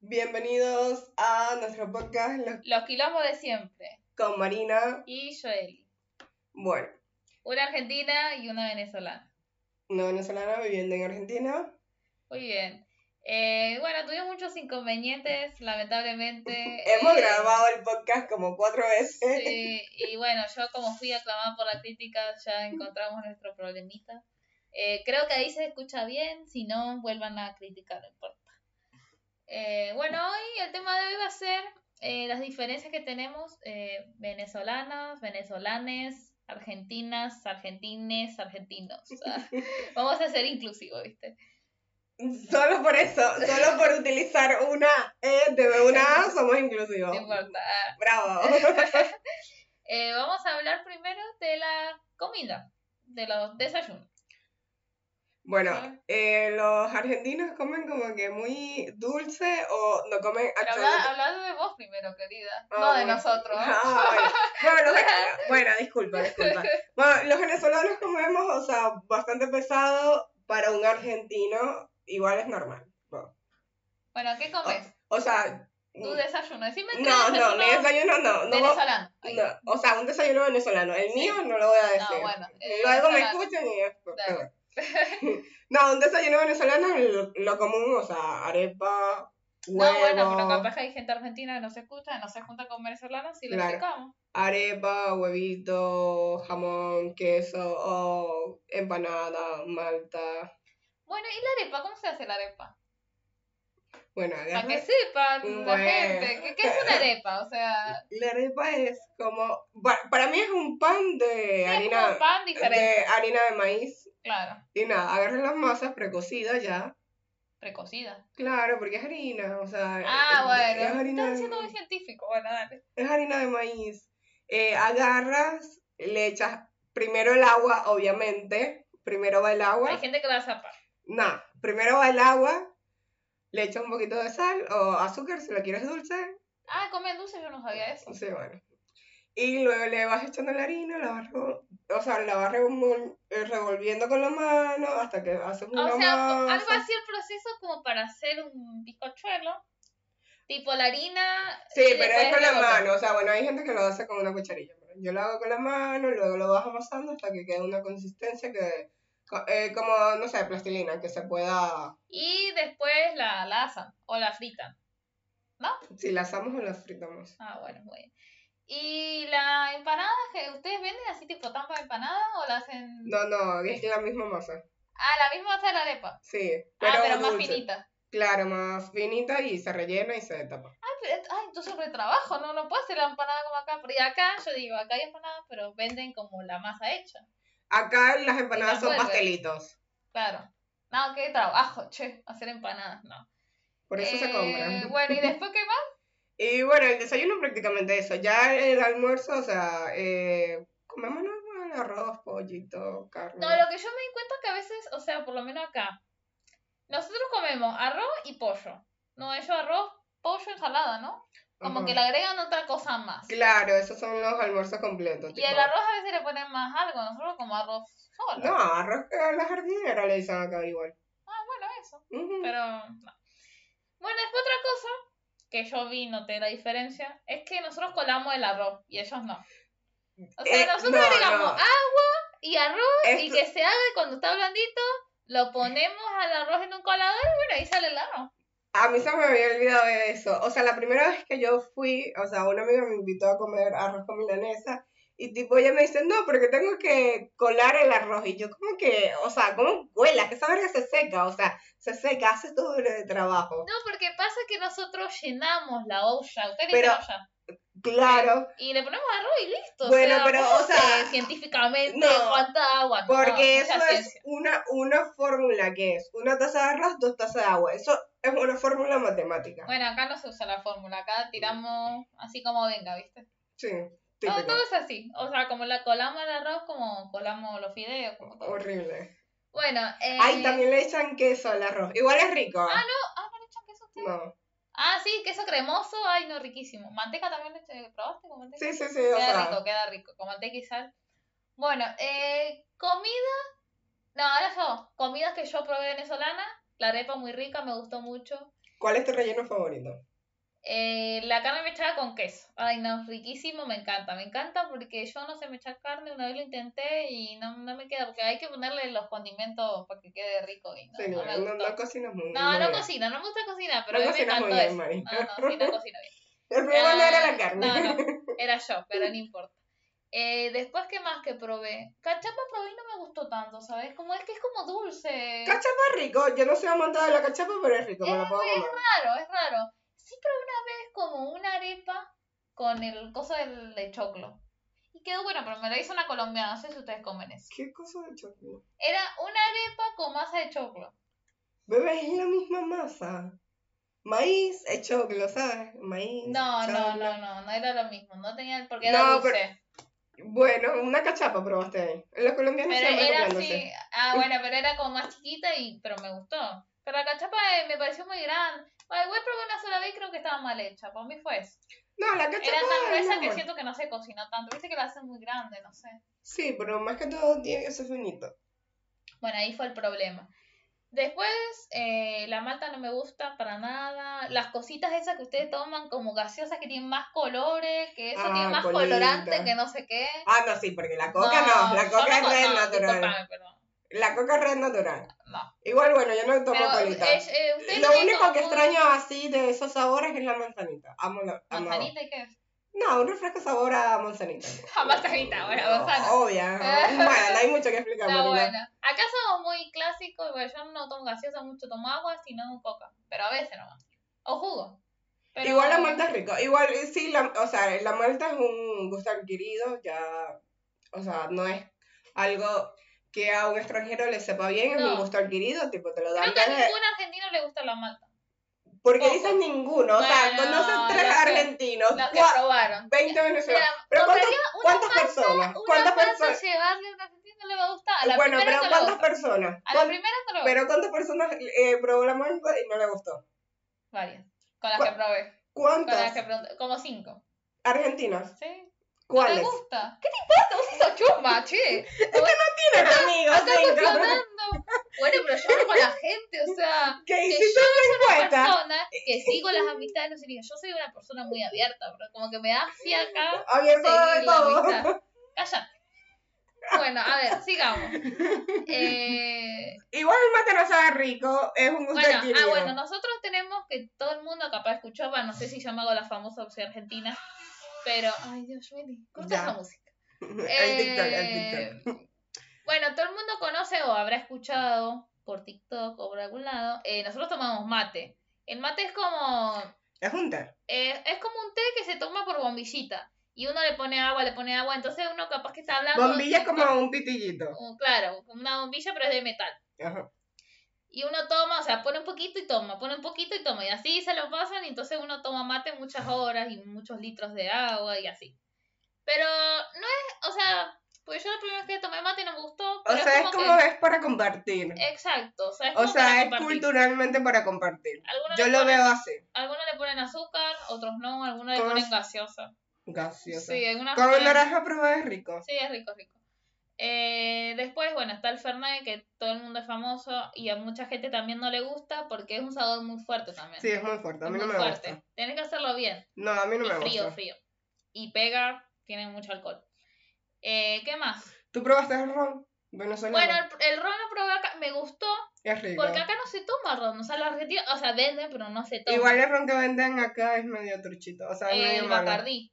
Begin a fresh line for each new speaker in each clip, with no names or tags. Bienvenidos a nuestro podcast Los-
Los quilombos de siempre.
con Marina.
Y Joel.
Bueno,
Una argentina y una venezolana.
una venezolana viviendo en Argentina.
Muy bien. Eh, bueno, tuvimos muchos inconvenientes, lamentablemente.
Hemos
Eh,
grabado el podcast como cuatro veces.
Sí, y bueno, yo como fui aclamada por la crítica, ya encontramos nuestro problemita. Eh, creo que ahí se escucha bien, si no, vuelvan a criticar, no importa. Eh, bueno, hoy el tema de hoy va a ser eh, las diferencias que tenemos eh, venezolanas, venezolanes, argentinas, argentines, argentinos. Ah, Vamos a ser inclusivos, ¿viste?
Solo por eso, solo por utilizar una E de una A somos inclusivos.
No importa. Ah,
Bravo.
eh, vamos a hablar primero de la comida, de los desayunos. Ah.
Bueno, eh, los argentinos comen como que muy dulce o no comen
Pero
absolutamente-
habla, hablad de vos primero, querida.
Ah,
no de
bueno.
nosotros.
Ay, bueno, los- bueno, disculpa, disculpa. Bueno, los venezolanos comemos, o sea, bastante pesado para un argentino, igual es normal. Bueno,
Bueno, ¿qué comes?
o sea,
Tu desayuno. Decime tres
Ah, mm. no, no,
desayunos
mi desayuno no, no,
venezolano. Ay,
no, o sea, un desayuno venezolano, el
Sí.
mío no lo voy a
no,
decir.
bueno. eh,
Luego me
venezolano.
escuchan y es-
Claro.
No, un desayuno venezolano es lo, lo común, o sea, arepa, huevo,
No, bueno, pero capaz que hay gente argentina que no se escucha, no se junta con venezolanos y les
Claro.
explicamos.
arepa, huevito, jamón, queso, o empanada, malta.
Bueno, ¿y la arepa? ¿Cómo se hace la arepa?
Bueno,
Para que
agarra-
sepan la
Mm, Bueno. Eh,
gente. ¿qué, qué es una arepa? O sea,
la arepa es como, pa- para mí es un pan de
es como
harina
un pan diferente.
de harina de maíz
Claro,
y nada, agarras las masas precocidas ya,
precocida.
claro, porque es harina, o sea,
Ah,
es, Eh, es
bueno.
harina,
Estás
de,
diciendo muy científico. Bueno, dale.
es harina de maíz. Eh, agarras, le echas primero el agua, obviamente, primero va el agua.
Hay gente que la va a zapar.
No, primero va el agua, le echas un poquito de sal o azúcar si lo quieres dulce.
Ah, comen dulce, yo no sabía eso.
Sí, bueno. Y luego le vas echando la harina, la vas, revol- o sea, la vas revol- eh, revolviendo con la mano hasta que haces una
O sea, co- algo
masa.
así el proceso como para hacer un bizcochuelo. Tipo la harina.
Sí,
y
pero es
después
con la
revolver.
mano. O sea, bueno, hay gente que lo hace con una cucharilla. pero Yo lo hago con la mano, luego lo vas amasando hasta que quede una consistencia que, co- eh, como, no sé, plastilina, que se pueda,
Y después la, la asan o la fritan.
si la asamos o la fritamos.
Ah, bueno, muy bien. ¿Y la empanada que ustedes venden así tipo tampa de empanada o la hacen...
No, no, es la misma masa.
Ah, la misma hace la arepa.
Sí, pero,
ah, pero más
dulce.
finita.
Claro, más finita y se rellena y se tapa.
Ah, pero, ent- ah, entonces retrabajo, ¿no? No puedo hacer la empanada como acá. Porque acá, yo digo, acá hay empanadas, pero venden como la masa hecha.
Acá las empanadas
las
son
vuelve.
pastelitos,
Claro. No, qué trabajo, che, hacer empanadas, no.
por eso se
Eh,
compran.
Bueno, ¿y después qué más?
Y bueno, el desayuno prácticamente eso. Ya el almuerzo, o sea, eh, comemos normal, arroz, pollito, carne.
No, lo que yo me di cuenta que a veces, o sea, por lo menos acá, nosotros comemos arroz y pollo. No, ellos arroz, pollo, ensalada, ¿no? Como
Ajá.
que le agregan otra cosa más.
Claro, esos son los almuerzos completos.
Y
tipo.
el arroz a veces le ponen más algo, nosotros como arroz solo.
No, arroz que a la jardinera le dicen acá igual.
Ah, bueno, eso.
Ujú.
Pero, no. Bueno, después otra cosa que yo vi, noté la diferencia, es que nosotros colamos el arroz y ellos no. O sea,
Eh,
nosotros
no,
agregamos
no.
agua y arroz. y
Esto-
que se haga y cuando está blandito lo ponemos al arroz en un colador y bueno, ahí sale el arroz.
A mí se me había olvidado de eso. O sea, la primera vez que yo fui, o sea, una amiga me invitó a comer arroz con milanesa y tipo ella me dice, no, porque tengo que colar el arroz. Y yo como que, o sea, ¿cómo cuela? Que esa verga se seca, o sea, se seca, hace todo el trabajo.
No, porque pasa que nosotros llenamos la olla, usted dice
Pero-
olla,
Claro,
y le ponemos arroz y listo.
Bueno, pero,
no
o
sé
sea,
científicamente
no,
cuánta agua. no,
porque
mucha
eso es
ciencia.
una, una fórmula que es una taza de arroz, dos tazas de agua. Eso es una fórmula matemática.
Bueno, acá no se usa la fórmula, acá tiramos así como venga, ¿viste?
Sí,
Ah, Todo,
típico.
todo es así, o sea, como la colamos el arroz, como colamos los fideos, como todo.
Horrible.
Bueno, eh...
Ay, también le echan queso al arroz. Igual es rico.
Ah, no, ah, no le echan queso a ustedes.
No.
Ah, sí, queso cremoso, ay, no, riquísimo. Manteca también le eché- probaste con
Sí,
manteca.
sí, sí, o
queda
sea.
rico, queda rico, con manteca y sal. Bueno, eh, comida. No, ahora yo. Comidas que yo probé venezolana. La arepa muy rica, me gustó mucho.
¿Cuál es tu relleno favorito?
Eh, la carne mechada con queso. Ay, no, riquísimo, me encanta. Me encanta porque yo no sé mechar carne, una vez lo intenté y no, no me queda, porque hay que ponerle los condimentos para que quede rico y no,
Sí,
no
Pues no,
me
no,
gustó.
cocinas muy
No,
muy
no
bien.
cocina, no me gusta cocinar,
No
pero a mí me
cocinas muy
encantó
bien,
eso.
Mari.
No, no, sí, no cocino bien.
El problema no era la
Ah,
carne.
No, no, era yo, pero no importa. Eh, después, ¿qué más que probé? Cachapa probé y no me gustó tanto, ¿sabes? Como es que es como dulce.
Cachapa es rico. Yo no soy amante de la cachapa, pero es rico. Me
Es
la puedo
muy
comer.
raro, es raro. Sí probé una vez como una arepa con el coso del, de choclo. Y quedó bueno, pero me la hizo una colombiana, no sé si ustedes comen eso.
¿Qué cosa de chocolate?
Era una arepa con masa de choclo.
Bebé, es la misma masa. Maíz es choclo, ¿sabes? Maíz.
No, no,
choclo.
no, no, no era lo mismo, no tenía, porque
No,
era dulce.
pero- Bueno, una cachapa probaste ahí. Los colombianos
Pero
siempre
era
comiéndose.
así, ah bueno, pero era como más chiquita y, pero me gustó. Pero la cachapa eh, me pareció muy grande. Bueno, igual probé una sola vez y creo que estaba mal hecha, para mí fue eso.
No, la cachapa
Era tan
es
gruesa que
normal.
siento que no se cocinó tanto, viste que la hacen muy grande, no sé.
Sí, pero más que todo tiene que ser finito.
Bueno, ahí fue el problema. Después, eh, la malta no me gusta para nada. Las cositas esas que ustedes toman como gaseosas que tienen más colores, que eso
Ah,
tiene más
colita.
colorante que no sé qué.
Ah, no, sí, porque la coca no. La
yo
coca
no-
es red
no,
natural.
discúlpame, perdón.
La coca es red natural.
No.
Igual, bueno, yo no tomo
Pero,
colita.
es- eh, ustedes
Lo
tienen
único
como
que
un-
extraño así de esos sabores es la manzanita. Amo la amo-
¿Manzanita y qué?
No, un refresco sabor a manzanita.
A manzanita, Ah, bueno, a
No,
manzana.
Obvia. Bueno, no hay mucho que explicar.
Está
Marina.
buena. Acá somos muy clásicos, porque yo no tomo gaseosa mucho, tomo agua, sino coca. Pero a veces nomás. O jugo. Pero-
Igual la malta es rico. Igual, eh, sí, la, o sea, la malta es un gusto adquirido, ya, o sea, no es algo que a un extranjero le sepa bien, es un
No.
gusto adquirido, tipo, te lo dan
Creo que a
desde-
ningún argentino le gusta la malta.
Porque
poco.
dicen ninguno, o sea,
Bueno,
conoces tres
los que-
argentinos,
Los que
cua-
probaron.
20 venezolanos.
Mira,
Pero ¿cuántos-
compraría una
cuántas
panza-
personas?
Una
¿Cuántas
panza
personas?
llevarle a un argentino le va a gustar. A la
Bueno,
primera
pero
no le
¿cuántas
gusta.
personas?
A la
¿Cuán-
primera no le gusta.
Pero ¿cuántas personas eh, probó la malta y no le gustó?
Varias. Con las
¿Cuá-
que probé. Con las que
¿Cuántas?
pregunté. Como cinco.
Argentinas.
¿Sí? ¿Te
¿Cuáles?
gusta? ¿Qué te importa? Vos sos chumba, che.
Tienes amigos,
Acá
venga.
cuestionando. Bueno, pero yo hablo con la gente, o sea,
¿Qué
que yo
hiciste
soy una
encuesta?
persona que sigo las amistades, no sé, yo soy una persona muy abierta, pero como que me da hacia acá
Abierto de
seguir la
todo.
amistad. Cállate. Bueno, a ver, sigamos. Eh,
Igual el mate no sabe rico, es un gusto
bueno, ah,
adquirido.
bueno, nosotros tenemos que todo el mundo capaz escuchó, va, no sé si yo me hago la famosa opción argentina, pero, ay Dios mío, corta
Ya.
esa música.
El TikTok, el TikTok.
Eh, Bueno, todo el mundo conoce o habrá escuchado por TikTok o por algún lado. eh, nosotros tomamos mate. El mate es como
Es junta.
eh, es como un té que se toma por bombillita y uno le pone agua, le pone agua. Entonces uno capaz que está hablando.
Bombilla es como un pitillito.
como- Claro, una bombilla pero es de metal.
Ajá.
Y uno toma, o sea, pone un poquito y toma, pone un poquito y toma. Y así se lo pasan y entonces uno toma mate muchas horas y muchos litros de agua y así. Pero no es, o sea, pues yo la primera vez que tomé mate no me gustó.
O
Pero
sea, es como
que-
es para compartir.
Exacto, o sea, es,
O
como para
sea, es
compartir.
culturalmente para compartir.
Algunos,
Yo
le
lo
ponen,
veo así.
algunos le ponen azúcar, otros no, algunos le
Todos-
ponen gaseosa.
Gaseosa.
Sí, algunos
Con
ponen-
naranja probé es rico.
Sí, es rico, es rico. Eh, después, bueno, está el Fernet, que todo el mundo es famoso y a mucha gente también no le gusta porque es un sabor muy fuerte también.
Sí, es muy fuerte. A mí
Es
no
muy
me
fuerte.
gusta.
Tenés que hacerlo bien.
No, a mí no
y
me
frío,
gusta.
frío. Y pega, tiene mucho alcohol. Eh, ¿Qué más?
¿Tú probaste el ron? Venezolano.
Bueno, el, el ron lo probé acá, me gustó,
es rico.
porque acá no se toma ron, o sea, los argentinos, o sea, venden, pero no se toma. Eh,
Igual el ron que venden acá es medio truchito. O sea, es medio
el
malo.
Bacardí.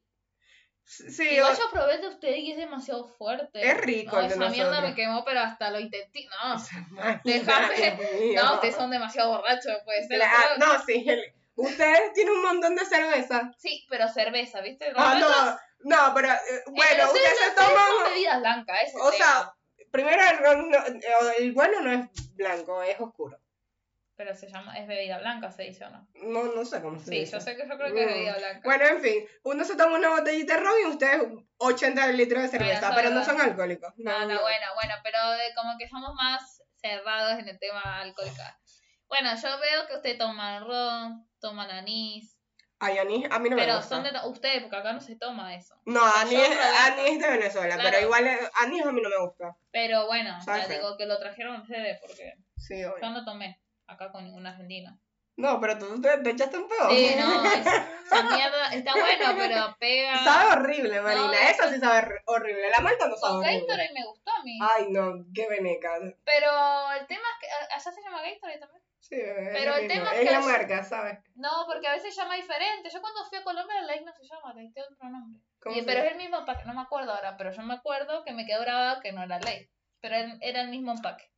Sí,
Igual
o-
yo probé el de ustedes y es demasiado fuerte.
es rico
No,
el de
esa mierda
nosotros.
me quemó, pero hasta lo intenté. No,
Imagínate, Dios mío.
no, ustedes son demasiado borrachos, puede ser.
La-
pero-
no, sí. el- Ustedes tienen un montón de cerveza.
Sí, pero cerveza, ¿viste?
Ah,
Nosotros-
no, no, pero eh, bueno,
eh, ustedes,
ustedes se
ustedes son
toman.
bebidas blancas, ese
O
tema.
sea, primero el ron, no- eh, el bueno no es blanco, es oscuro.
Pero se llama, es bebida blanca, se dice, ¿o no?
No, no sé cómo se
Sí,
dice.
yo sé que yo creo que es
Mm.
bebida blanca.
Bueno, en fin, uno se toma una botellita de ron y ustedes 80 litros de cerveza,
eso
pero
es
no
verdad.
son alcohólicos.
No, no, bueno, bueno, pero de- como que somos más cerrados en el tema alcohólica. Bueno, yo veo que ustedes toman ron, toman anís,
Ay, anís, a mí no me
pero
gusta.
son de to- ustedes, porque acá no se toma eso.
No, anís,
yo probé.
anís es de Venezuela,
Claro.
pero igual eh, anís a mí no me gusta.
Pero bueno, ya
Salsa.
digo que lo trajeron ustedes, porque
Sí, obvio.
yo no tomé acá con ningún argentino.
No, pero tú te, te echaste un pedo.
Sí, no, es- esa mierda está bueno, pero pega.
Sabe horrible, Marina.
No,
Esa
con-
sí sabe hor- horrible. La malta no sabe
Con
horrible.
Gatorade me gustó a mí.
Ay, no, qué veneca.
Pero el tema es que. a- Allá se llama Gatorade también.
Sí, es
Pero
lo
el
mismo.
tema es
es
que
la
es-
marca, ¿sabes?
No, porque a veces se llama diferente. Yo cuando fui a Colombia, la isla no se llama, tenía otro nombre.
¿Cómo
Y-
se
pero
llama?
es el mismo empaque, no me acuerdo ahora, pero yo me acuerdo que me quedó grabado que no era ley, pero era- era el mismo empaque.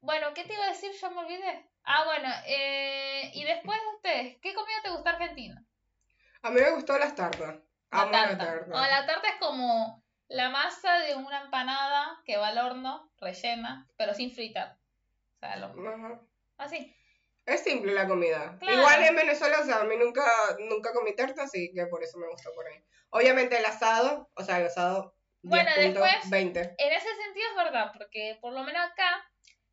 Bueno, ¿qué te iba a decir? Ya me olvidé. Ah, bueno, eh, y después de ustedes, ¿qué comida te gusta argentina?
A mí me gustó las tartas.
La
Amo las
tarta.
tartas.
No, la tarta es como la masa de una empanada que va al horno, rellena, pero sin fritar. O sea, lo-
Ajá.
así.
Es simple la comida.
Claro.
Igual en Venezuela, o sea, a mí nunca, nunca comí tarta, así que por eso me gustó por ahí. Obviamente el asado, o sea, el asado
Bueno,
10.20.
En ese sentido es verdad, porque por lo menos acá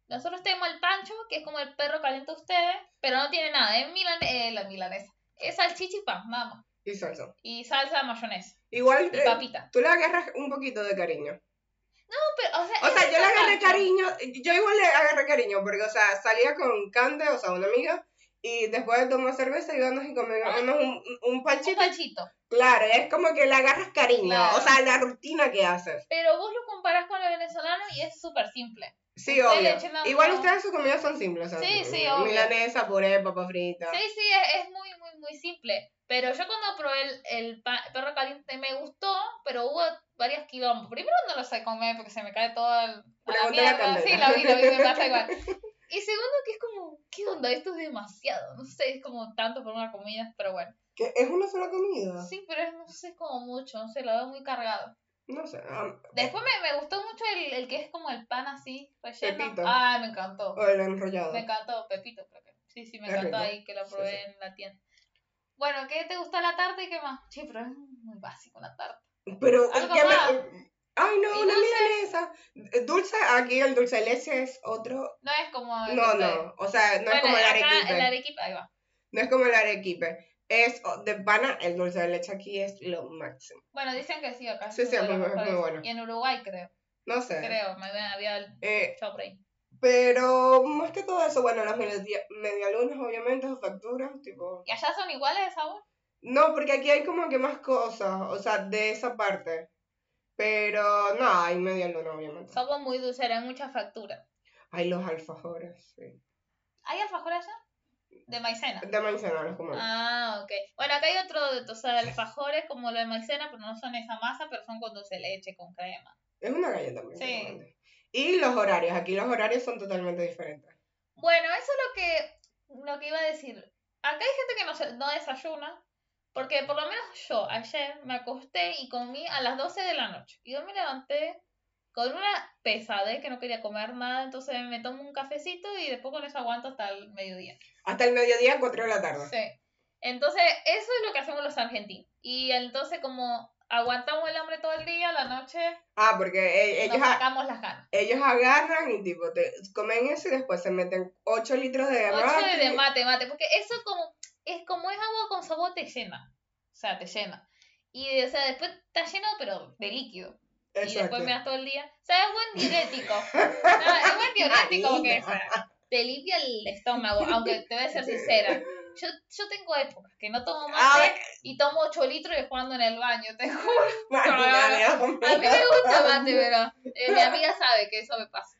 nosotros tenemos el pancho, que es como el perro caliente de ustedes, pero no tiene nada, es milan eh, la milanesa. Es salchicha y pan, nada más.
y salsa.
Y salsa mayonesa
Igual
y
eh,
papita.
tú le agarras un poquito de cariño.
No, pero, o sea,
O
ese
sea, yo le
es el
agarré
pancho.
cariño, yo igual le agarré cariño, porque, o sea, salía con Cande, o sea, una amiga, y después de tomar cerveza íbamos y comíamos un, un
Ah. Un
panchito.
panchito.
Claro, es como que le agarras cariño,
Claro.
o sea, la rutina que haces.
Pero vos lo comparás con lo venezolano y es súper simple.
Sí,
Ustedes le echan
obvio.
a-
Igual ustedes sus comidas son simples, o sea,
Sí, sí,
mm,
obvio.
milanesa, puré, papa frita.
Sí, sí, es, es muy, muy, muy simple. Pero yo cuando probé el, el pa- perro caliente me gustó, pero hubo varios quilombos. Primero no lo sé comer porque se me cae todo el... a la
Pregúntale a
mierda. Sí,
Candela.
lo vi, lo vi, me pasa igual. Y segundo que es como, ¿qué onda? Esto es demasiado. No sé, es como tanto por una comida, pero bueno.
Que es una sola comida.
Sí, pero es, no sé, es como mucho, no sé, lo veo muy cargado.
No sé. ah,
Después me, me gustó mucho el, el que es como el pan así, relleno.
Pepito.
Ay, me encantó.
o el enrollado.
Me encantó, Pepito, creo que. Sí, sí, me
Es rico.
encantó ahí que lo
Sí,
probé
sí.
en la tienda. Bueno, ¿qué te gustó la tarta y qué más? Sí, pero es muy básico la tarta.
Pero,
Algo
¿qué me-
más.
Ay,
¿Y
no, una
dulces?
milanesa. Eh, Dulce, aquí el dulce de leche es otro.
No es como. el
No,
de ustedes.
no. O sea, no es
Bueno,
como el
acá
arequipe.
el arequipa, ahí va.
No es como el arequipe. Es oh, de pana, el dulce de leche aquí es lo máximo.
Bueno, dicen que sí, acá. es
Sí, sí,
uno de
es muy-
los
es muy
mejores.
bueno.
Y en Uruguay, creo.
No sé.
Creo, me había- había
Eh,
escuchado por ahí.
pero más que todo eso, bueno, los media- medialunas, obviamente, sus facturas, tipo.
¿Y allá son iguales de sabor?
No, porque aquí hay como que más cosas, o sea, de esa parte. Pero no, hay medialuna, obviamente.
Somos muy dulces, hay mucha factura.
Hay los alfajores, sí.
¿Hay alfajor allá? De maicena.
De maicena los comemos.
Ah, ok. Bueno, acá hay otro de tosar alfajores como lo de maicena, pero no son esa masa, pero son con dulce de leche, con crema.
Es una galleta muy
Sí.
importante. Y los horarios, aquí los horarios son totalmente diferentes.
Bueno, eso es lo que, lo que iba a decir. Acá hay gente que no, se- no desayuna, porque por lo menos yo ayer me acosté y comí a las 12 de la noche. Y yo me levanté con una pesadez que no quería comer nada, entonces me tomo un cafecito y después con eso aguanto hasta el mediodía.
Hasta el mediodía, 4 de la tarde.
Sí. Entonces, eso es lo que hacemos los argentinos. Y entonces, como aguantamos el hambre todo el día, a la noche
Ah, porque eh, ellos,
nos
a-
sacamos las ganas.
ellos agarran y tipo, te comen eso y después se meten 8 litros de
Ocho
mate.
de mate, mate, porque eso como es como es agua con sabor te llena. O sea, te llena. Y o sea, después está lleno pero de líquido. Y
Exacto.
después me das todo el día. O sea, es buen diurético. No, es buen diurético porque o sea, te limpia el estómago, aunque te voy a ser sincera. Yo, yo tengo épocas que no tomo
Ah,
mate y tomo 8 litros y jugando en el baño, te juro.
Marina,
no, no.
Dios
A mí
mío.
me gusta mate, pero eh, mi amiga sabe que eso me pasa.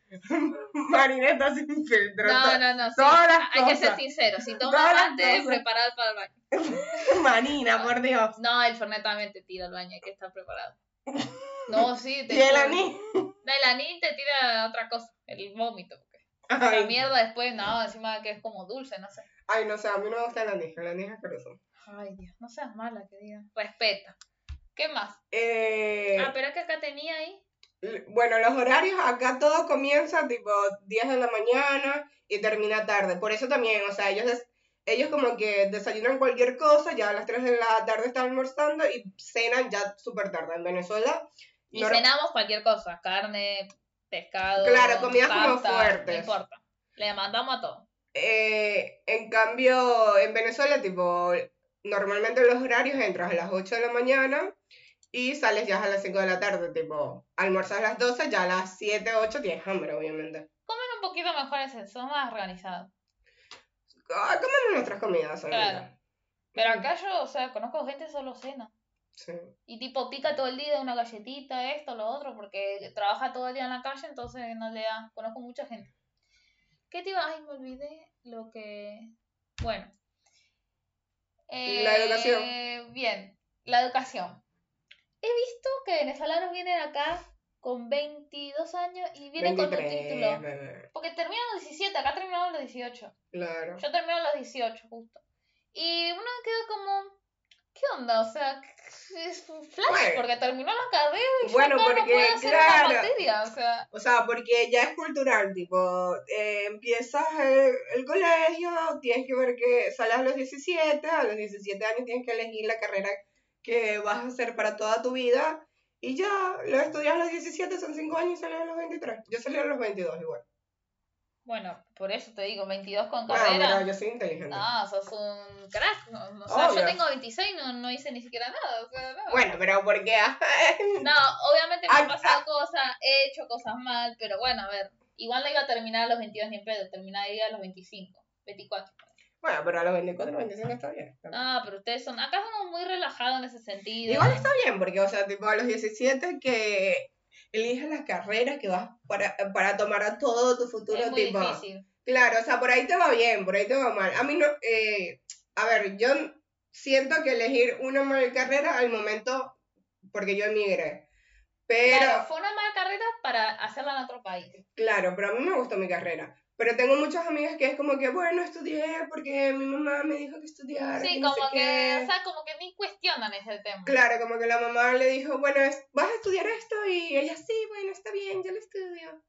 Marina está sin filtro.
No, no, no. sí.
todas las
Hay que ser
cosas.
sincero. Si tomas
Todas las
mate,
cosas.
preparado para el baño.
Marina, por Dios.
No, el Fernet también te tira al baño, hay que estar preparado. No, sí, te
Y el
tira-
anís.
No, el anís te tira otra cosa, el vómito. porque La
Ay,
mierda después, no, encima que es como dulce, no sé.
ay, no sé, a mí no me gusta el anís. El anís es asqueroso.
Ay, Dios, no seas mala, querida. Respeta. ¿Qué más?
Eh,
Ah, pero es que acá tenía ahí.
l- bueno, los horarios acá todo comienza tipo 10 de la mañana y termina tarde. Por eso también, o sea, ellos, des- ellos como que desayunan cualquier cosa, ya a las 3 de la tarde están almorzando y cenan ya súper tarde. En Venezuela,
Y
no-
cenamos cualquier cosa, carne, pescado.
Claro, comidas como fuertes.
No importa. Le mandamos a todo.
eh, en cambio, en Venezuela, tipo, normalmente los horarios entras a las 8 de la mañana y sales ya a las 5 de la tarde, tipo, almuerzas a las 12, ya a las 7, 8 tienes hambre, obviamente.
Comen un poquito mejor eso, son más organizados.
ah, coman nuestras comidas.
Claro.
olvida.
Pero acá yo, o sea, conozco gente que solo cena.
Sí.
Y tipo pica todo el día una galletita, esto, lo otro, porque trabaja todo el día en la calle, entonces no le da. Conozco mucha gente. ¿Qué te iba? Ay, me olvidé lo que. Bueno.
La educación.
Eh, Bien, la educación. He visto que venezolanos vienen acá con 22 años y vienen con un
23,
título.
bebé.
Porque terminan los 17, acá terminamos los 18.
Claro.
Yo termino a los 18, justo. Y uno queda como, ¿qué onda? O sea, es un flash,
Bueno.
porque terminó la carrera y
Bueno,
yo acá no
porque,
puedo hacer
claro.
una materia, o sea.
O sea, porque ya es cultural, tipo, eh, empiezas el, el colegio, tienes que ver que sales a los 17, a los 17 años tienes que elegir la carrera que vas a hacer para toda tu vida, y ya, lo estudias a los 17, son 5 años y sales a los 23. Yo salí a los 22 igual.
Bueno, por eso te digo, 22 con
Bueno, mira,
carrera.
Ah,
Ah.
yo soy inteligente.
No, sos un crack. no, no, O sea, yo
Obvio.
tengo 26, no, no hice ni siquiera nada, o sea, no.
Bueno, pero porque...
No, obviamente me
Ah,
han pasado cosas, he hecho cosas mal, pero bueno, a ver. Igual no iba a terminar a los 22 ni en pedo, terminaría a los 25, 24.
Bueno, pero a los 24, 25 está bien. está bien.
Ah, pero ustedes son, acá somos muy relajados en ese sentido.
Igual está bien, porque, o sea, tipo, a los 17 que eliges las carreras que vas para, para tomar a todo tu futuro,
es muy
tipo...
difícil.
Claro, o sea, por ahí te va bien, por ahí te va mal. A mí no, eh, a ver, yo siento que elegir una mala carrera al momento, porque yo emigré. Pero,
Claro,
claro.
fue una mala carrera para hacerla en otro país.
pero a mí me gustó mi carrera. Pero tengo muchas amigas que es como que, bueno, estudié porque mi mamá me dijo que estudiara.
sí,
que no sé
como que,
qué.
o sea, como que ni cuestionan ese tema.
Claro, como que la mamá le dijo, bueno, es- vas a estudiar esto y ella, sí, bueno, está bien, yo lo estudio.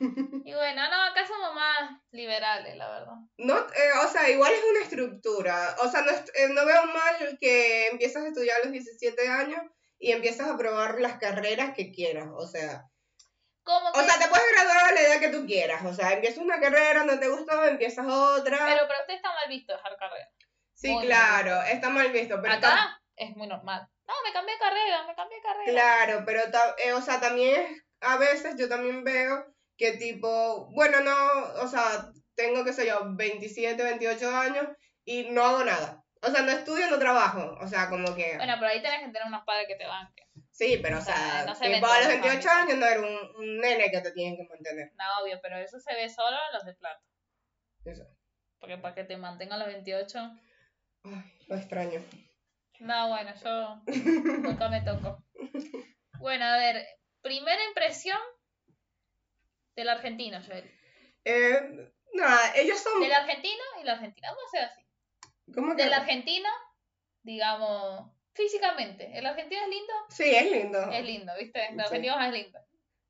Y bueno, no, acá somos más liberales, la verdad.
No, eh, o sea, igual es una estructura. O sea, no, est- eh, no veo mal que empiezas a estudiar a los 17 años y empiezas a probar las carreras que quieras. O sea,
Como que,
o sea, te puedes graduar a la edad que tú quieras. O sea, empiezas una carrera, no te gustó, empiezas otra.
pero para usted está mal visto dejar carrera.
sí,
muy
claro, está mal visto. Pero
acá
tam-
es muy normal. No, me cambié de carrera, me cambié de carrera.
claro, pero ta- eh, o sea, también es- a veces yo también veo que tipo, bueno, no, o sea, tengo, qué sé yo, 27, 28 años y no hago nada. O sea, no estudio, no trabajo. O sea, como que...
Bueno, pero ahí tenés que tener unos padres que te banquen.
Sí, pero
O
o
sea,
sea,
no se ven
tipo a
todos
los
los
28
ámbitos.
años no era un, un nene que te tienen que mantener.
No, obvio, pero eso se ve solo en los de plata.
Eso.
Porque para que te mantengan los 28.
Ay, lo extraño.
No, bueno, yo nunca me toco. Bueno, a ver, primera impresión del argentino, Joel.
Eh, nada, ellos son.
Del argentino y la argentina. Vamos a hacer así.
¿Cómo que?
Del argentino, digamos, físicamente. El argentino es lindo,
Sí, es lindo.
es lindo, ¿viste? El
Ah. Sí.
argentino es más lindo.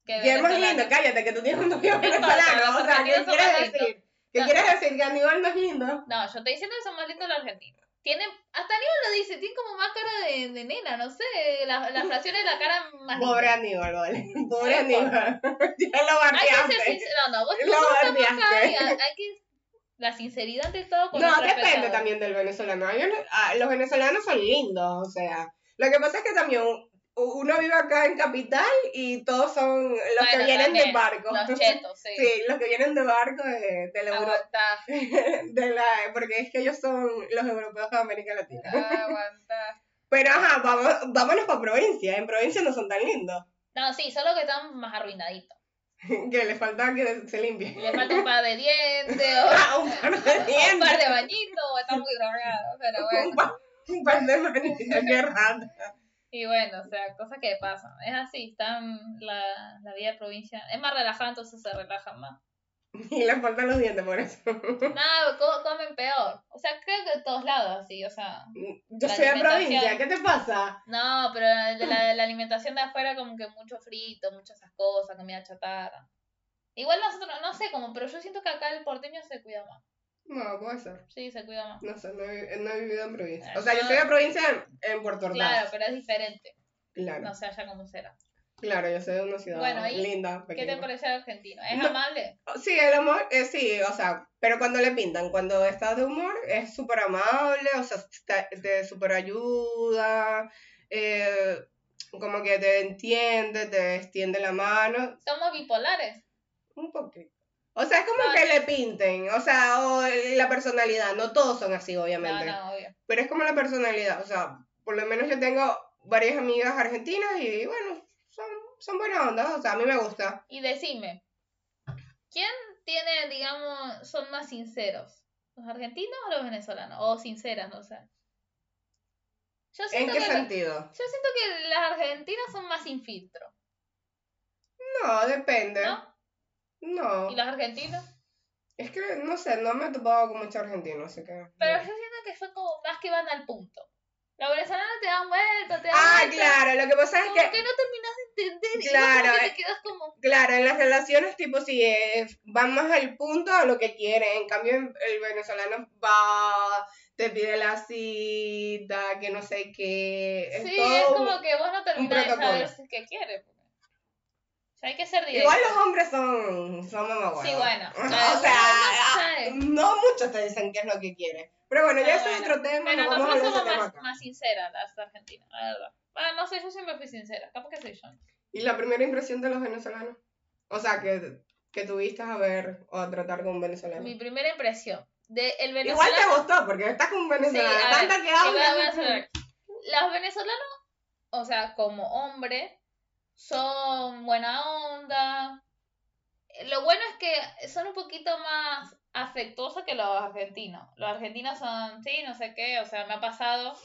que el
y es más
venezolano.
lindo, cállate, que tú tienes un novio
importa, los
venezolano. O sea, ¿qué
argentinos son más
quieres
lindos.
decir? ¿Qué
No.
quieres decir? ¿Que Aníbal no es lindo?
No, yo te diciendo que son más lindos los argentinos. Tienen, hasta Aníbal lo dice, tienen como más cara de, de nena, no sé, las, las fracciones de la cara más linda.
Pobre Aníbal, vale. Pobre
No
Aníbal. ya lo
Hay que ser
bardeaste.
sincero, no, no, vos
Lo
tú sos
bardeaste.
capaz, y hay hay que la sinceridad de todo con
No,
nuestros
depende
pecados.
también del venezolano. Hay uno- ah, los venezolanos son lindos, o sea. Lo que pasa es que también u- uno vive acá en capital y todos son los que
Bueno,
vienen de
también,
barco.
Los chetos, sí.
Sí, los que vienen de barco de, de la Euro-
Aguantá,
de la- porque es que ellos son los europeos de América Latina.
aguantá.
Pero ajá, vamos, vámonos para provincia. En provincia no son tan lindos.
No, sí, solo que están más arruinaditos.
Que les falta que se limpien.
Le falta un par de dientes, o
Ah, un par de
un par
dientes.
de bañitos, o están muy drogados, pero
Un
bueno.
par, un par de manitas, qué rata.
Y bueno, o sea, cosas que pasan. Es así, están la, la vida de provincia. Es más relajada, entonces se relajan más.
Y les faltan los dientes por eso.
Nada, co- comen peor. O sea, creo que de todos lados, sí, o sea.
Mm, Yo
La
soy de provincia,
alimentación.
¿qué te pasa?
No, pero la, la- la alimentación de afuera como que mucho frito, muchas esas cosas, comida chatarra. Igual nosotros, no sé cómo, pero yo siento que acá el porteño se cuida más.
No, puede ser.
Sí, se cuida más.
No sé, no he, no he vivido en provincia.
Ah,
O sea, yo
no.
soy de provincia en, en Puerto Ordaz.
Claro, pero es diferente.
Claro,
No sé allá cómo será.
claro, yo soy de una ciudad
Bueno, ¿y
linda,
¿Qué te
pequeña.
parece el argentino? ¿Es
No.
amable?
Sí, el amor, eh, sí, o sea, pero cuando le pintan, cuando estás de humor, es súper amable, o sea, está- te súper ayuda, eh, como que te entiende, te extiende la mano,
¿Somos bipolares?
un poquito. O sea, es como
No,
que
no.
le pinten, o sea, o la personalidad, no todos son así,
No,
obviamente,
no, obvio.
pero es como la personalidad, o sea, por lo menos yo tengo varias amigas argentinas y bueno, son, son buenas ondas, o sea, a mí me gusta.
Y decime, ¿quién tiene, digamos, son más sinceros? ¿Los argentinos o los venezolanos? O sinceras, no sé. Yo
¿En
siento,
qué
que, lo-
sentido?
yo siento que las argentinas son más sin filtro,
No, depende.
¿no?
No,
Y los argentinos.
es que no sé, no me he topado con muchos argentinos, así que.
Pero yo siento que son como más que van al punto. Los venezolanos te dan vuelta, te dan
Ah,
vuelta.
claro, lo que pasa es
Como
que
que no terminas de entender.
Claro,
Y vos como que
eh.
te quedas como.
Claro, en las relaciones, tipo, si es- van más al punto a lo que quieren. En cambio, en- el venezolano va, te pide la cita, que no sé qué. Es
sí,
todo
es
un-
como que vos no terminas de
protocolo.
saber si- qué quieres. O sea, hay que ser directo.
Igual los hombres son, son mamagüeros.
Sí, bueno,
O sea,
claro, uno
ah,
sabe.
no muchos te dicen qué es lo que quieren. Pero bueno, ya
Pero
ese es
bueno.
otro tema.
Bueno,
no vamos a
nosotros
hablar de ese
somos
tema
más,
acá.
más sinceras las argentinas, la verdad. Bueno, no sé, yo siempre fui sincera. Capaz que soy yo.
¿Y la primera impresión de los venezolanos? O sea, que, que tuviste a ver o a tratar con un venezolano.
Mi primera impresión. De el
Igual
venezolano.
te gustó, porque estás con un venezolano.
a
Tanto
ver,
que
Te voy a- voy a
hablas.
hacer- Los venezolanos, o sea, como hombre, son buena onda. Lo bueno es que son un poquito más afectuosos que los argentinos. Los argentinos son, sí, no sé qué, o sea, me ha pasado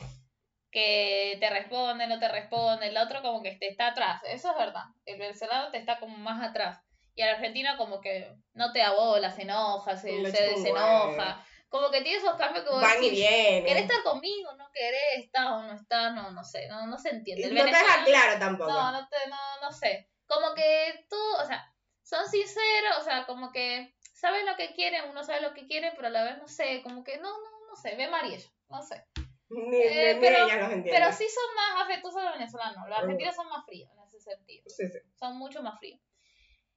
que te responde, no te responde, el otro como que te está atrás, eso es verdad. El venezolano te está como más atrás. Y el argentino como que no te abola, se enoja, se,
Le
se-
chupa un
se
huevo.
enoja. Como que tiene esos cambios que vos
Van y
decís, ¿Querés
vienen.
estar conmigo? ¿No querés? ¿Estás o no estás? No, no sé, no, no se entiende. El
No te deja
venezolano-
claro pues. tampoco.
No, no, te- no, no sé. Como que tú, o sea, son sinceros, o sea, como que sabes lo que quieren, uno sabe lo que quiere, pero a la vez no sé, como que no, no, no sé, ve mariello, no sé.
ni, ni-
Eh,
ni
pero-
ella los entiende.
Pero sí son más afectuosos los venezolanos, los argentinos son más fríos en ese sentido
Sí, sí.
son mucho más fríos.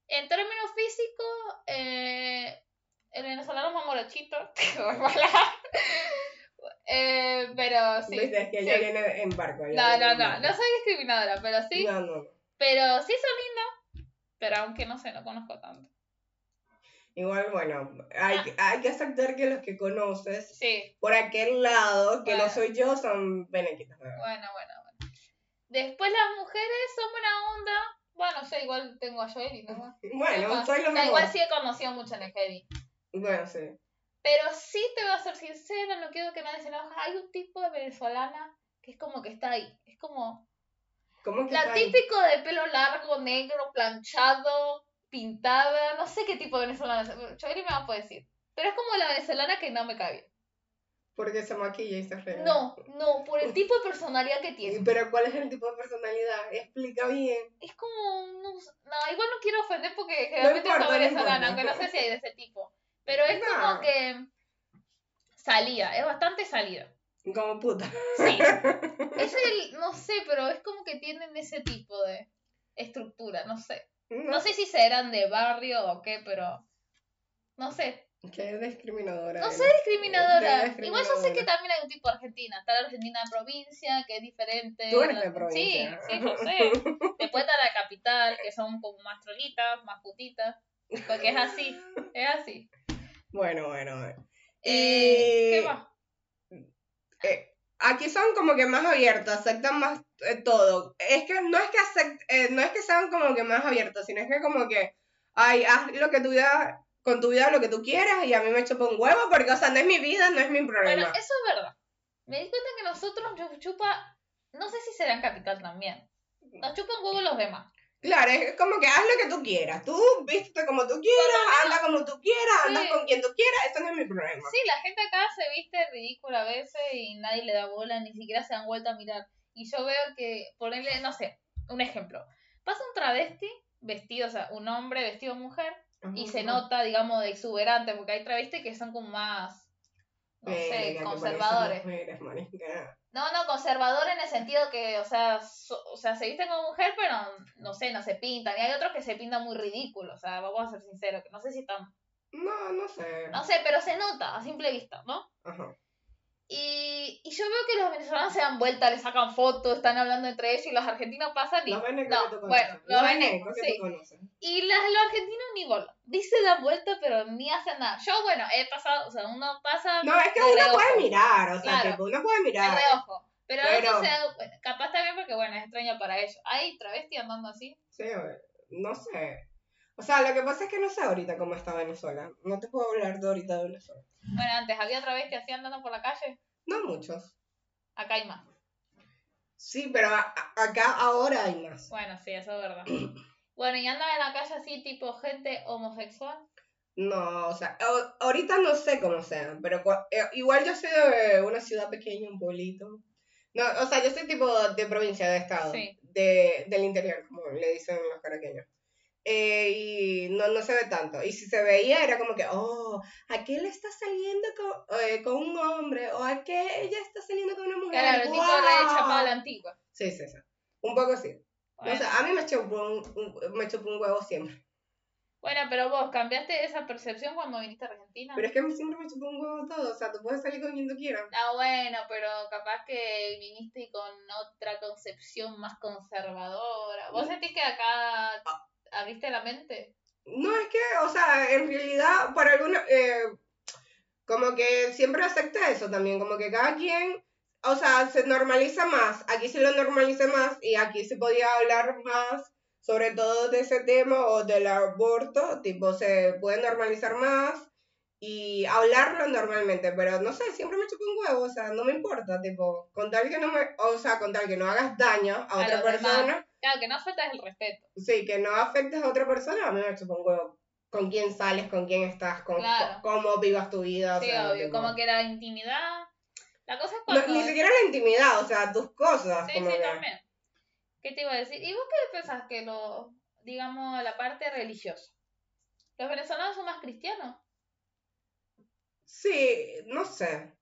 En términos físicos, eh, el venezolano es más morochito, eh, pero sí.
Viste, es que
sí.
ella viene en barco.
No, no, no, no soy discriminadora, pero sí,
No, no, no.
pero sí son lindos, pero aunque no sé, no conozco tanto.
Igual, bueno, hay,
Ah.
hay que aceptar que los que conoces
Sí,
por aquel lado, que no
Claro.
soy yo, son benequitos.
bueno, bueno, bueno. Después las mujeres son buena onda, bueno, yo igual tengo a Joeli, ¿no?
Bueno,
Además,
soy lo
da
mismo.
igual sí he conocido mucho en el heavy.
Bueno, sí.
Pero sí te voy a ser sincera, no quiero que nadie se enoje. Hay un tipo de venezolana que es como que está ahí. Es como
¿Cómo que
la
tal?
típico de pelo largo, negro, planchado, pintada. No sé qué tipo de venezolana es. Chaviri me va a poder decir. Pero es como la venezolana que no me cae
Porque se maquilla y se
bien.
arregla.
No, no, por el tipo de personalidad que
Y-
tiene.
Pero ¿cuál es el tipo de personalidad? Explica bien.
Es como. No, sé- no, igual no quiero ofender porque generalmente es
importa, no
venezolana,
importa.
aunque no sé si hay de ese tipo. Pero es
No.
como que. Salida, es bastante salida.
Como puta.
Sí. Es el, no sé, pero es como que tienen ese tipo de estructura, no sé. No sé si serán de barrio o qué, pero no sé.
Qué discriminadora.
No
eres.
sé, discriminadora.
Eres
Igual yo sé que
discriminadora.
también hay un tipo de Argentina. Está la Argentina de provincia, que es diferente.
Tú eres de
La-
provincia.
Sí, sí, lo sé. Después está la capital, que son como más trolitas, más putitas. Porque es así, es así.
Bueno, bueno, bueno.
Eh,
Y-
¿Qué más?
eh, aquí son como que más abiertos, aceptan más eh, todo. Es que no es que acep- eh, no es que sean como que más abiertos, sino es que como que, ay, haz lo que tú ya- con tu vida lo que tú quieras y a mí me chupa un huevo porque, o sea, no es mi vida, no es mi
Bueno,
problema.
eso es verdad. Me di cuenta que nosotros nos chupa, no sé si será en capital también. Nos chupan huevo los demás.
Claro, es como que haz lo que tú quieras. Tú vístete como tú quieras, anda como tú quieras, andas
Sí.
con quien tú quieras, eso no es mi problema.
Sí, la gente acá se viste ridícula a veces y nadie le da bola, ni siquiera se han vuelto a mirar. Y yo veo que, ponerle, no sé, un ejemplo. Pasa un travesti vestido, o sea, un hombre vestido de mujer, y se nota, digamos, de exuberante, porque hay travestis que son como más, no
Eh,
sé, conservadores. No, no, conservador en el sentido que, o sea, so- o sea, se visten como mujer, pero no sé, no se pintan. Y hay otros que se pintan muy ridículos, o sea, vamos a ser sinceros, que no sé si están.
No, no sé.
No sé, pero se nota a simple vista, ¿no?
Ajá.
Y, y yo veo que los venezolanos se dan vuelta, le sacan fotos, están hablando entre ellos y los argentinos pasan y.
Los venecos que
no,
tú conoces.
bueno, los venecos,
que
sí.
tú conoces.
Y las, los argentinos ni bola. Dice dan vuelta, pero ni hacen nada. Yo, bueno, he pasado, o sea, uno pasa
No, es que
de
uno
reojo,
puede mirar, o sea,
Claro.
tipo, uno puede
de
mirar.
reojo. Pero,
Pero-
otros se dan cuenta. capaz también porque, bueno, es extraño para ellos. Hay travesti andando así.
Sí, no sé. O sea, lo que pasa es que no sé ahorita cómo está Venezuela. No te puedo hablar de ahorita de Venezuela.
Bueno, antes había travesti así andando por la calle.
No muchos.
Acá hay más.
Sí, pero a- a- acá ahora hay más.
Bueno, sí, eso es verdad. Bueno, y andan en la calle así, tipo gente homosexual.
No, o sea, a- ahorita no sé cómo sean, pero cua- eh, igual yo soy de una ciudad pequeña, un pueblito. No, o sea, yo soy tipo de provincia, de estado,
Sí.
de, del interior, como le dicen los caraqueños. Eh, y no, no se ve tanto. Y si se veía era como que, oh, aquel está saliendo con, eh, con un hombre, o aquella está saliendo con una mujer.
Claro, el tipo
¡guau!
re chapado a la antigua.
Sí, sí, sí. Un poco así.
Bueno.
O sea, a mí me chupó un, un- me chupó un huevo siempre.
Bueno, pero vos cambiaste esa percepción cuando viniste a Argentina.
Pero es que a mí siempre me chupó un huevo todo. O sea, tú puedes salir con quien tú quieras.
Ah, bueno, pero capaz que viniste con otra concepción más conservadora. ¿Vos sentís que acá abriste la mente?
No, es que, o sea, en realidad, para algunos, como que siempre acepta eso también, como que cada quien, o sea, se normaliza más, aquí se lo normaliza más y aquí se podía hablar más, sobre todo de ese tema o del aborto, tipo, se puede normalizar más y hablarlo normalmente, pero no sé, siempre me chupo un huevo, o sea, no me importa, tipo, con tal que no me, o sea, con tal que no hagas daño a,
A
otra
los demás.
persona.
Claro, que no faltas el respeto.
Sí, que no afectes a otra persona, a mí me chupa un huevo. Con quién sales, con quién estás, con
Claro.
co- cómo vivas tu vida. o
sí,
sea,
obvio.
tipo,
Como que la intimidad. La cosa es
no,
cuando.
ni siquiera la intimidad, o sea, tus cosas.
Sí,
como
sí,
que-
también. ¿Qué te iba a decir? ¿Y vos qué pensás que lo, digamos, la parte religiosa? ¿Los venezolanos son más cristianos?
Sí, no sé.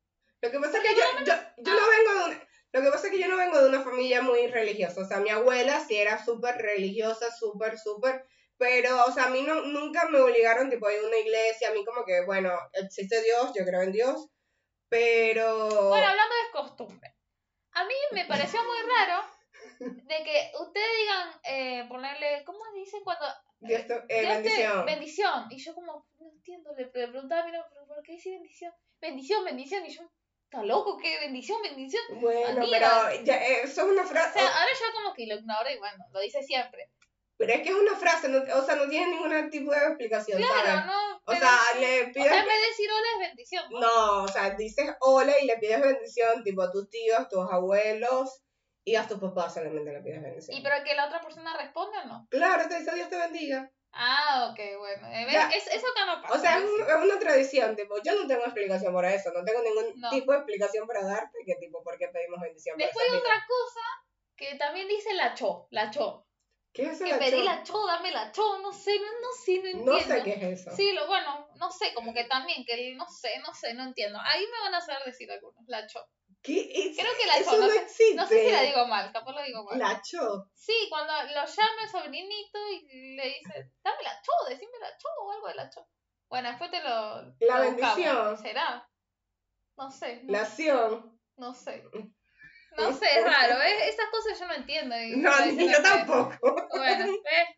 Lo que pasa es que yo, yo, yo
ah.
no vengo de una, lo que pasa es que yo no vengo de una familia muy religiosa. O sea, mi abuela sí era súper religiosa, súper, súper. Pero, o sea, a mí no, nunca me obligaron tipo a ir a una iglesia. A mí como que, bueno, existe Dios, yo creo en Dios. Pero...
Bueno, hablando de costumbre. A mí me pareció muy raro de que ustedes digan, eh, ponerle, ¿cómo dicen cuando...
Dios te- eh,
Dios te-
bendición.
bendición. Y yo como, no entiendo, le pre- preguntaba a mi novio, "¿Pero ¿por qué dice bendición? Bendición, bendición. Y yo, ¿está loco? ¿Qué bendición, bendición?
Bueno,
Amiga.
pero ya, eh, eso es una
O
frase,
sea, ahora yo como que lo ignoro y bueno, lo dice siempre.
pero es que es una frase, no- o sea, no tiene ningún tipo de explicación,
Claro,
¿sabes?
no...
O
pero-
sea, le
o sea, en
pides,
vez de decir hola es bendición.
no, o sea, dices hola y le pides bendición, tipo a tus tíos, tus abuelos y a tus papás solamente le pides bendición.
Y pero que la otra persona responda, no.
Claro, te dice Dios te bendiga.
Ah, ok, bueno. Eh, ¿ves?
Ya.
Es- eso acá no pasa.
O sea, es, un- es una tradición, tipo, yo no tengo explicación para eso, no tengo ningún
No.
tipo de explicación para darte que tipo, ¿por qué pedimos bendición? para
Después hay
esas
otra cosa que también dice la cho, la cho.
niñas? ¿Qué es eso?
Que
la
pedí
cho-
la cho, dame la cho, no sé, no, no sé, no entiendo.
No sé qué es eso.
Sí, lo bueno, no sé, como que también, que el- no sé, no sé, no entiendo. Ahí me van a saber decir algunos, la cho.
¿Qué es?
Creo que la
eso
cho, no,
no
sé,
existe.
no sé si la digo ¿eh? mal, capaz lo digo mal.
La cho.
Sí, cuando lo llama el sobrinito y le dice, dame la cho, decime la cho o algo de la cho. Bueno, después te lo...
La
lo buscamos.
bendición.
¿Será? No sé. no
La acción.
No sé. No sé, es raro. ¿eh? Esas cosas yo no entiendo. y
No,
a veces
ni
no
yo
sé.
tampoco.
Bueno, ¿ves?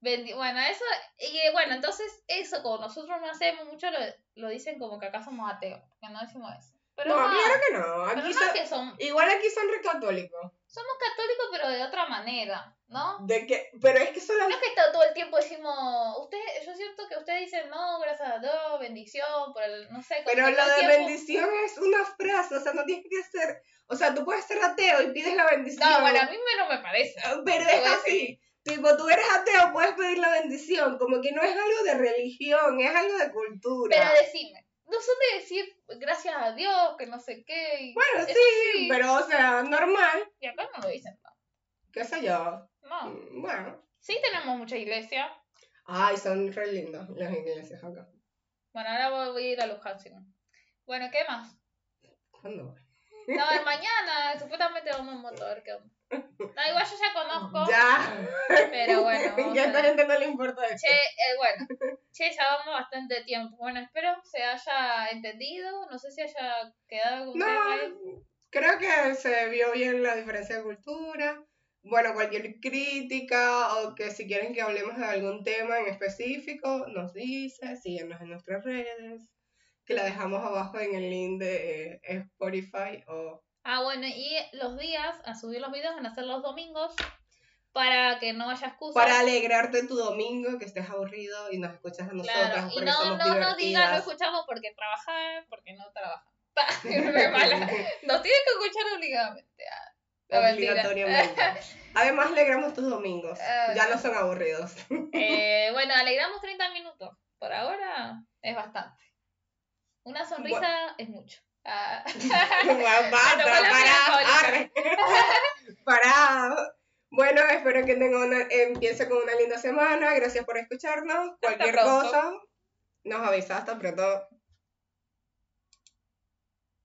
Bendi- bueno, eso. Y eh, bueno, entonces, eso, como nosotros no hacemos mucho, lo, lo dicen como que acá somos ateos. Que no decimos eso. Pero
no,
no,
claro que no.
pero
Aquí
no
son-
que son,
Igual aquí son recatólicos.
somos católicos, pero de otra manera, ¿no?
De que... Pero es que
No
solamente...
es que to- todo el tiempo decimos, ustedes, yo siento que ustedes dicen, no, gracias a Dios, bendición, por el, no sé, como
Pero
que todo
lo
el
de
tiempo-
bendición es una frase, o sea, no tienes que ser... O sea, tú puedes ser ateo y pides la bendición. Ah,
No, bueno, a mí me- no me parece.
Pero
Te voy
es
a
así. Tipo, tú eres ateo, puedes pedir la bendición. Como que no es algo de religión, es algo de cultura.
Pero decime, no son de decir gracias a Dios, que no sé qué. Y,
Bueno,
eso
sí,
sí.
pero o sea, normal.
y acá no lo dicen, no.
¿Qué sé yo?
No.
Mm, Bueno.
Sí tenemos mucha iglesia.
Ay, son re lindos los ingleses acá.
Bueno, ahora voy- voy a ir a Luján, si no. Bueno, ¿qué más?
¿Cuándo voy?
No, es mañana, supuestamente vamos en motor. ¿qué onda? No, igual yo ya conozco,
Ya.
pero bueno. vamos
ya a
a-
esta gente no le importa eso.
Che, eh, bueno, che, ya vamos bastante tiempo. Bueno, espero se haya entendido. No sé si haya quedado algún
No,
tema ahí.
creo que se vio bien la diferencia de cultura. Bueno, cualquier crítica o que si quieren que hablemos de algún tema en específico, nos dice, síguenos en nuestras redes, que la dejamos abajo en el link de eh, Spotify o...
Ah, bueno, y los días, a subir los videos, van a ser los domingos, para que no haya excusas.
Para alegrarte tu domingo, que estés aburrido y nos escuchas a nosotros.
Claro, y
porque
no,
somos
no nos digan, no
divertidas.
escuchamos porque trabajan, porque no trabajan. Pa, re mala. Nos tienen que escuchar obligadamente. ah, no, mentira.
Obligatoriamente. Además, alegramos tus domingos.
Ah,
ya
no.
no son aburridos.
Eh, bueno, alegramos 30 minutos. Por ahora es bastante. Una sonrisa es mucho. Ah.
Basta,
Bueno, fue la
para,
melancólica.
arre. para. Bueno, espero que tengan una, empiece con una linda semana. Gracias por escucharnos. Cualquier
pronto.
cosa, nos avisa. Hasta pronto.